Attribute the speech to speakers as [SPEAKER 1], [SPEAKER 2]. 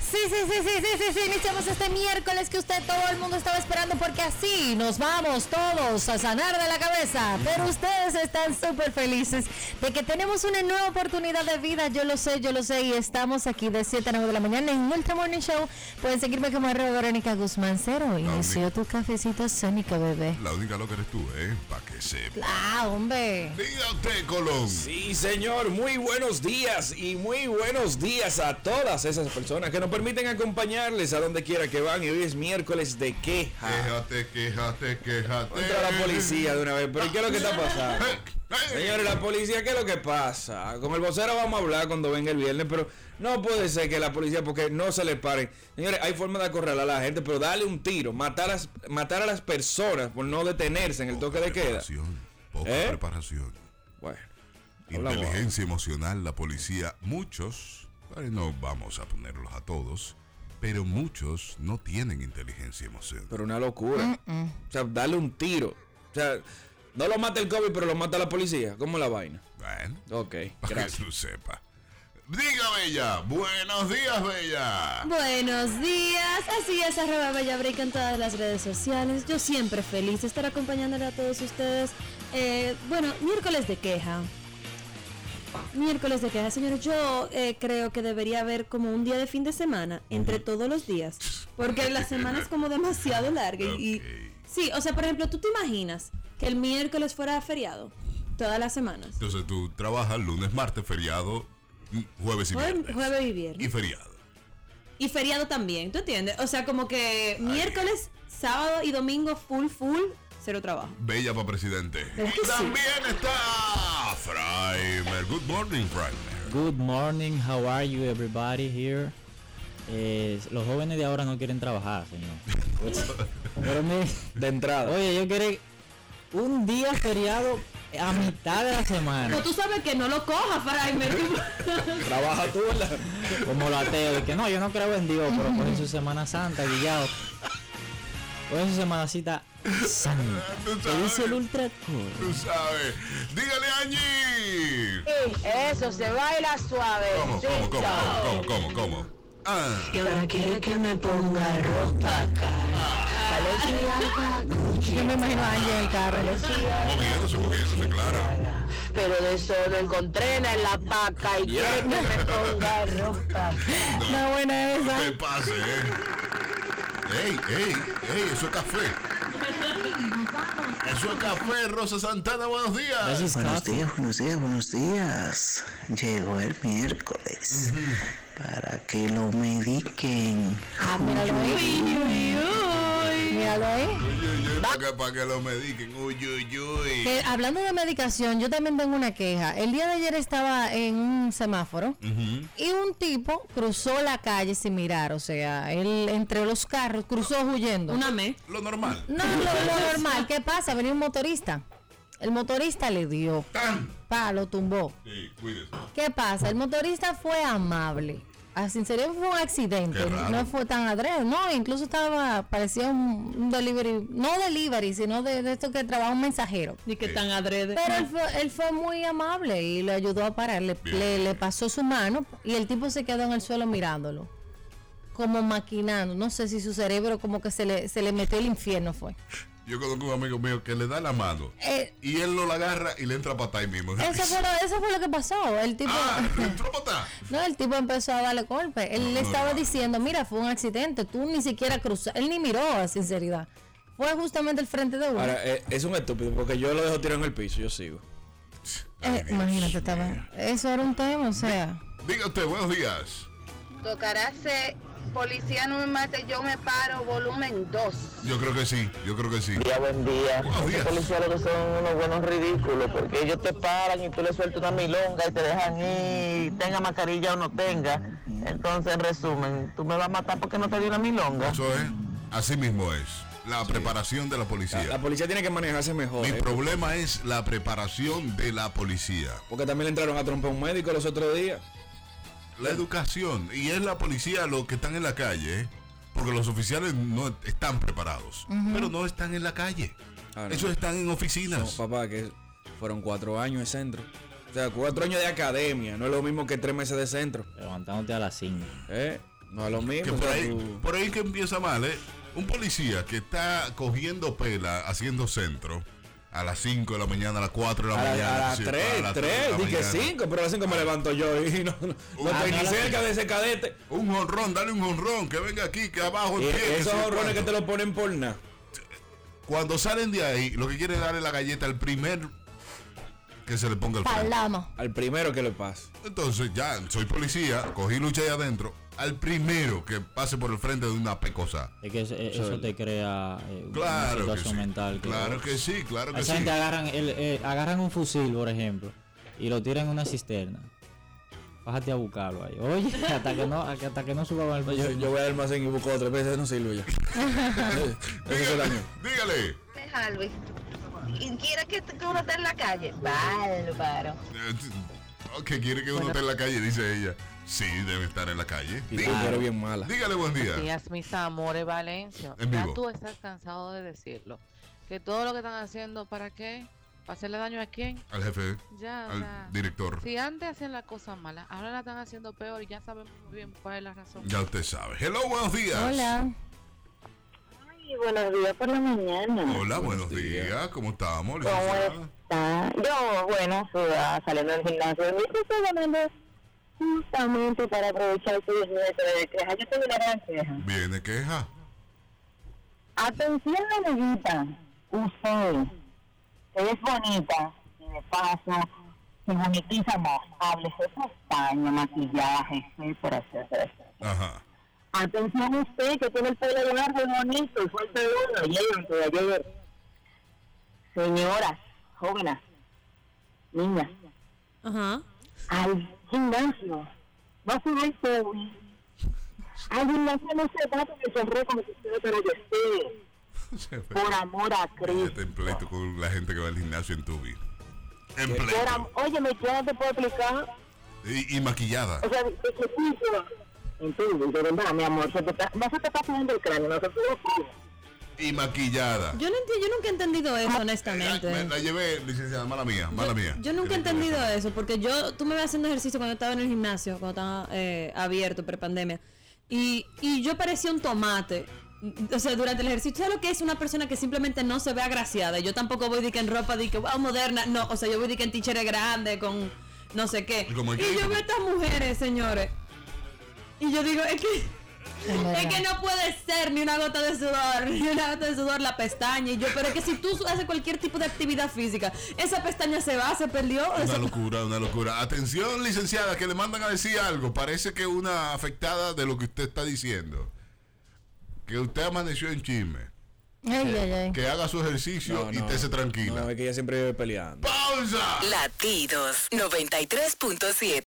[SPEAKER 1] sí, sí, sí, sí, sí, sí, sí, iniciamos este miércoles que usted, todo el mundo estaba esperando porque así nos vamos todos a sanar de la cabeza. Pero ustedes están súper felices de que tenemos una nueva oportunidad de vida, yo lo sé, yo lo sé, y estamos aquí de 7 a 9 de la mañana en Ultra Morning Show. Pueden seguirme como R. Verónica Guzmán Cero. Inició tu cafecito sónico, bebé.
[SPEAKER 2] La única loca eres tú, ¿eh? Para que sepa.
[SPEAKER 1] Ah, hombre.
[SPEAKER 2] Diga usted, Colón.
[SPEAKER 3] Sí, señor, muy buenos días y muy buenos días a todas esas personas que nos permiten acompañarles a donde quiera que van. Y hoy es miércoles de queja.
[SPEAKER 2] Quéjate, quéjate, quéjate.
[SPEAKER 3] Contra la policía de una vez. Pero ¿qué es lo que está pasando?
[SPEAKER 2] Eh, eh.
[SPEAKER 3] Señores, la policía, ¿qué es lo que pasa? Con el vocero vamos a hablar cuando venga el viernes, pero no puede ser que la policía, porque no se le paren. Señores, hay forma de acorralar a la gente, pero darle un tiro, matar a, las- matar a las personas por no detenerse en el
[SPEAKER 2] Poca
[SPEAKER 3] toque de queda.
[SPEAKER 2] preparación, Poca
[SPEAKER 3] ¿Eh?
[SPEAKER 2] preparación.
[SPEAKER 3] Bueno, hablamos ahora.
[SPEAKER 2] Inteligencia emocional, la policía, muchos, eh, no vamos a ponerlos a todos, pero muchos no tienen inteligencia emocional.
[SPEAKER 3] pero una locura. O sea, darle un tiro. O sea, no lo mata el COVID, pero lo mata la policía. ¿Cómo la vaina?
[SPEAKER 2] Bueno,
[SPEAKER 3] Ok,
[SPEAKER 2] para que
[SPEAKER 3] gracias.
[SPEAKER 2] tú sepas. Diga, Bella. Buenos días, Bella.
[SPEAKER 4] Buenos días, así es, arroba Bella Break en todas las redes sociales. Yo siempre feliz de estar acompañándole a todos ustedes. Eh, bueno, miércoles de queja. Miércoles de queja, señores. Yo eh, creo que debería haber como un día de fin de semana entre todos los días. Porque la semana es como demasiado larga. Y, y-
[SPEAKER 2] Ok.
[SPEAKER 4] sí, o sea, por ejemplo, ¿tú te imaginas que el miércoles fuera feriado? Todas las semanas.
[SPEAKER 2] Entonces tú trabajas lunes, martes, feriado, m- jueves y
[SPEAKER 4] Jue-
[SPEAKER 2] viernes.
[SPEAKER 4] jueves y viernes.
[SPEAKER 2] Y feriado.
[SPEAKER 4] Y feriado también, ¿tú entiendes? O sea, como que miércoles, sábado y domingo full, full, cero trabajo.
[SPEAKER 2] Bella para presidente.
[SPEAKER 4] ¿Verdad que
[SPEAKER 2] Y
[SPEAKER 4] sí?
[SPEAKER 2] también está Fraimer. Good morning, Fraimer.
[SPEAKER 5] Good morning, how are you everybody here? Eh, los jóvenes de ahora no quieren trabajar, señor. Pero me-
[SPEAKER 3] De entrada.
[SPEAKER 5] oye, yo quería un día feriado a mitad de la
[SPEAKER 4] Pero
[SPEAKER 5] semana,
[SPEAKER 4] tú sabes que no lo cojas, Fraimer.
[SPEAKER 3] Trabaja tú, ¿verdad?
[SPEAKER 5] como lo ateo, de que no, yo no creo en Dios, pero cogen su Semana Santa, guillado. Cogen su Semanacita Santa.
[SPEAKER 2] Tú
[SPEAKER 5] Que
[SPEAKER 2] sabes,
[SPEAKER 5] dice el ultra cool.
[SPEAKER 2] tú sabes. Dígale, Angie.
[SPEAKER 6] Eso se baila suave.
[SPEAKER 2] ¿Cómo, cómo, cómo, cómo, cómo, cómo, cómo? Ah,
[SPEAKER 6] Y ahora quiere que me ponga ropa cara.
[SPEAKER 1] Yo me imagino a Angie en el carro.
[SPEAKER 2] moviéndose, moviéndose, claro.
[SPEAKER 6] Pero de eso lo encontré en la paca y quiere que me ponga ropa
[SPEAKER 1] La buena
[SPEAKER 2] No te
[SPEAKER 1] esa.
[SPEAKER 2] pase, eh. Ey, ey, ey, eso es café. Eso es café, Rosa Santana, buenos
[SPEAKER 5] This
[SPEAKER 2] días.
[SPEAKER 5] is
[SPEAKER 7] Buenos
[SPEAKER 5] coffee.
[SPEAKER 7] días, buenos días, buenos días. Llegó el miércoles para que lo mediquen.
[SPEAKER 1] Míralo ahí.
[SPEAKER 2] Para que, pa' que lo mediquen. Uy, uy, uy.
[SPEAKER 1] Que, hablando de medicación, yo también tengo una queja. El día de ayer estaba en un semáforo y un tipo cruzó la calle sin mirar, o sea, él entre los carros cruzó huyendo.
[SPEAKER 4] Una me.
[SPEAKER 2] Lo normal.
[SPEAKER 1] No, lo, lo normal, ¿qué pasa? Venía un motorista. El motorista le dio,
[SPEAKER 2] Tan.
[SPEAKER 1] pa, lo tumbó.
[SPEAKER 2] Sí, cuídese.
[SPEAKER 1] ¿Qué pasa? El motorista fue amable. A sinceridad fue un accidente,
[SPEAKER 2] Qué raro.
[SPEAKER 1] no fue tan adrede, no, incluso estaba, parecía un, un delivery, no delivery, sino de, de esto que trabaja un mensajero.
[SPEAKER 4] Ni que tan adrede.
[SPEAKER 1] Pero él fue, él fue muy amable y le ayudó a parar, le,
[SPEAKER 2] Bien.
[SPEAKER 1] le- le pasó su mano y el tipo se quedó en el suelo mirándolo, como maquinando, no sé si su cerebro como que se le, se le metió el infierno fue.
[SPEAKER 2] Yo conozco un amigo mío que le da la mano
[SPEAKER 1] Eh,
[SPEAKER 2] y él no la agarra y le entra a patar ahí mismo.
[SPEAKER 1] eso, fue lo, eso fue lo que pasó, el tipo... Eh,
[SPEAKER 2] Ah, le entró a patar.
[SPEAKER 1] No, el tipo empezó a darle golpes. Él
[SPEAKER 2] No,
[SPEAKER 1] le
[SPEAKER 2] no,
[SPEAKER 1] estaba
[SPEAKER 2] no.
[SPEAKER 1] diciendo, mira, fue un accidente, tú ni siquiera cruzaste, él ni miró, a sinceridad. Fue justamente el frente de uno.
[SPEAKER 3] Ahora, eh, es un estúpido porque yo lo dejo tirado en el piso, yo sigo.
[SPEAKER 2] Ay,
[SPEAKER 1] Eh,
[SPEAKER 2] Dios
[SPEAKER 1] imagínate,
[SPEAKER 2] mío.
[SPEAKER 1] estaba, eso era un tema, o sea.
[SPEAKER 2] Diga usted, buenos días.
[SPEAKER 8] Tocará ser policía no me mate, yo me paro, volumen 2.
[SPEAKER 2] Yo creo que sí, yo creo que sí.
[SPEAKER 9] día, buen día.
[SPEAKER 2] Buenos
[SPEAKER 9] Esos
[SPEAKER 2] días.
[SPEAKER 9] policías lo que son unos buenos ridículos, porque ellos te paran y tú le sueltas una milonga y te dejan ir, tenga mascarilla o no tenga. Entonces, en resumen, tú me vas a matar porque no te di una milonga.
[SPEAKER 2] Eso es, así mismo es. La preparación de la
[SPEAKER 3] La, la
[SPEAKER 2] policía.
[SPEAKER 3] policía tiene que manejarse mejor.
[SPEAKER 2] Mi
[SPEAKER 3] eh,
[SPEAKER 2] problema es la preparación de la policía.
[SPEAKER 3] porque también le entraron a trompa a un médico los otros días.
[SPEAKER 2] La educación. Y es la policía los que están en la calle, ¿eh? porque los oficiales no están preparados, pero no están en la calle.
[SPEAKER 3] Ah, no.
[SPEAKER 2] Esos están en
[SPEAKER 3] No,
[SPEAKER 2] oficinas.
[SPEAKER 3] papá, que fueron cuatro años de centro. O sea, cuatro años de academia, no es lo mismo que tres meses de centro.
[SPEAKER 5] Levantándote a las 5.
[SPEAKER 3] ¿eh? No es lo mismo.
[SPEAKER 2] Que
[SPEAKER 3] o
[SPEAKER 2] por,
[SPEAKER 3] sea,
[SPEAKER 2] ahí,
[SPEAKER 3] tú-
[SPEAKER 2] por ahí que empieza mal, ¿eh? Un policía que está cogiendo pela haciendo centro a las 5 de la mañana, a las 4 de la
[SPEAKER 3] A, la-
[SPEAKER 2] mañana.
[SPEAKER 3] a las
[SPEAKER 2] sí,
[SPEAKER 3] 3,
[SPEAKER 2] a las
[SPEAKER 3] 3,
[SPEAKER 2] tres de la
[SPEAKER 3] dije
[SPEAKER 2] mañana.
[SPEAKER 3] 5, pero a las 5 me levanto yo y no, no, no
[SPEAKER 2] Ah,
[SPEAKER 3] estoy
[SPEAKER 2] no,
[SPEAKER 3] ni
[SPEAKER 2] a las
[SPEAKER 3] cerca de ese cadete.
[SPEAKER 2] Un honrón, dale un honrón, que venga aquí, que abajo el
[SPEAKER 3] Eh,
[SPEAKER 2] pie, que
[SPEAKER 3] esos
[SPEAKER 2] sé yo
[SPEAKER 3] horrones que
[SPEAKER 2] cuánto.
[SPEAKER 3] te lo ponen por nada.
[SPEAKER 2] Cuando salen de ahí, lo que quiere es darle la galleta al primer que se le ponga el frente.
[SPEAKER 1] Palamo.
[SPEAKER 3] Al primero que le pasa.
[SPEAKER 2] Entonces ya, soy policía, cogí lucha ahí adentro. Al primero que pase por el frente de una pecosa.
[SPEAKER 5] Es que eso, eh, eso te crea eh, una
[SPEAKER 2] Claro que
[SPEAKER 5] situación
[SPEAKER 2] sí.
[SPEAKER 5] mental. que-
[SPEAKER 2] Claro que sí, claro
[SPEAKER 5] A
[SPEAKER 2] que
[SPEAKER 5] esa
[SPEAKER 2] sí.
[SPEAKER 5] gente agarran, el, eh, agarran un fusil, por ejemplo, y lo tiran en una cisterna. Bájate a buscarlo ahí. Oye, hasta que no, hasta que no suba el
[SPEAKER 3] Yo,
[SPEAKER 5] fusil.
[SPEAKER 3] yo voy al almacén y busco otra vez, no sirve ya. Eh, Eso se dañó.
[SPEAKER 2] Dígale.
[SPEAKER 8] Harvey. Y quiere que que uno esté en la calle. Bárbaro.
[SPEAKER 2] Eh, ¿Qué quiere que uno esté en la calle? Dice ella. Sí, debe estar en la calle.
[SPEAKER 3] Y tú
[SPEAKER 2] Dígale,
[SPEAKER 3] eres bien mala.
[SPEAKER 2] dígale buen día.
[SPEAKER 10] Días, mis amores, Valencia.
[SPEAKER 2] En
[SPEAKER 10] Ya
[SPEAKER 2] vivo.
[SPEAKER 10] tú estás cansado de decirlo. Que todo lo que están haciendo, ¿para qué? ¿Para hacerle daño a quién?
[SPEAKER 2] Al jefe,
[SPEAKER 10] Ya, o sea,
[SPEAKER 2] al director.
[SPEAKER 10] Si antes hacían las cosas malas, ahora la están haciendo peor y ya sabemos muy bien cuál es la razón.
[SPEAKER 2] Ya usted sabe. Hello, buenos días.
[SPEAKER 1] Hola.
[SPEAKER 6] Y buenos días por la mañana.
[SPEAKER 2] Hola, buenos,
[SPEAKER 3] Buenos
[SPEAKER 2] días.
[SPEAKER 3] días.
[SPEAKER 2] ¿Cómo estamos?
[SPEAKER 6] ¿Cómo
[SPEAKER 2] licenciada?
[SPEAKER 6] está? Ah, Yo, bueno, suda, saliendo del gimnasio. Yo te estoy llamando justamente para aprovechar tu minutos de queja. Yo tengo una gran queja.
[SPEAKER 2] ¿Viene queja?
[SPEAKER 6] Atención, amiguita. Usted que es bonita y de paso se bonitiza más. Háblese pestaña, maquillaje, sí, por hacer eso.
[SPEAKER 2] Ajá.
[SPEAKER 6] Atención usted que tiene el pelo largo bonito y fue el de uno ayer antes de ayer. Señoras, jóvenes, niñas,
[SPEAKER 4] Ajá.
[SPEAKER 6] al gimnasio. Va a subir COVID. Al gimnasio no se va porque se honró como si estuviera para que esté.
[SPEAKER 2] Se fue.
[SPEAKER 6] Por amor a
[SPEAKER 2] Quédate
[SPEAKER 6] Cristo.
[SPEAKER 2] en pleito con la gente que va al gimnasio en tubi. En
[SPEAKER 6] Por am-
[SPEAKER 2] pleito.
[SPEAKER 6] Oye, me yo no te puedo explicar.
[SPEAKER 2] Y, y maquillada.
[SPEAKER 6] O sea, de qué tipo. Entonces, de verdad, mi amor, se te está, no se te está subiendo el cráneo, no se te
[SPEAKER 2] Y maquillada.
[SPEAKER 4] Yo, no enti- yo nunca he entendido
[SPEAKER 1] Ah,
[SPEAKER 4] eso,
[SPEAKER 2] Ay, me
[SPEAKER 4] honestamente.
[SPEAKER 2] la llevé, licenciada, mala mía, mala mía.
[SPEAKER 4] Yo nunca he
[SPEAKER 2] Tiene que ver.
[SPEAKER 4] entendido eso, porque yo, tú me ves haciendo ejercicio cuando estaba en el gimnasio, cuando estaba eh, abierto, prepandemia, y, y yo parecía un tomate. O sea, durante el ejercicio, ¿sabes lo que es una persona que simplemente no se ve agraciada? Yo tampoco voy de que en ropa, de que wow, moderna, no, o sea, yo voy de que en tichera grande, con no sé qué.
[SPEAKER 2] Y como
[SPEAKER 4] Y
[SPEAKER 2] el que-
[SPEAKER 4] yo veo a estas mujeres, señores, y yo digo, es que... Es que no puede ser ni una gota de sudor, ni una gota de sudor la pestaña. Y yo, pero es que si tú haces cualquier tipo de actividad física, esa pestaña se va, se perdió.
[SPEAKER 2] Una
[SPEAKER 4] esa-
[SPEAKER 2] locura, una locura. Atención, licenciada, que le mandan a decir algo. Parece que una afectada de lo que usted está diciendo. Que usted amaneció en chisme.
[SPEAKER 1] Ay, ay, ay.
[SPEAKER 2] Que haga su ejercicio
[SPEAKER 3] No,
[SPEAKER 2] y
[SPEAKER 3] no.
[SPEAKER 2] estése tranquila.
[SPEAKER 3] No, es que ella siempre vive peleando.
[SPEAKER 2] ¡Pausa!
[SPEAKER 11] Latidos 93.7.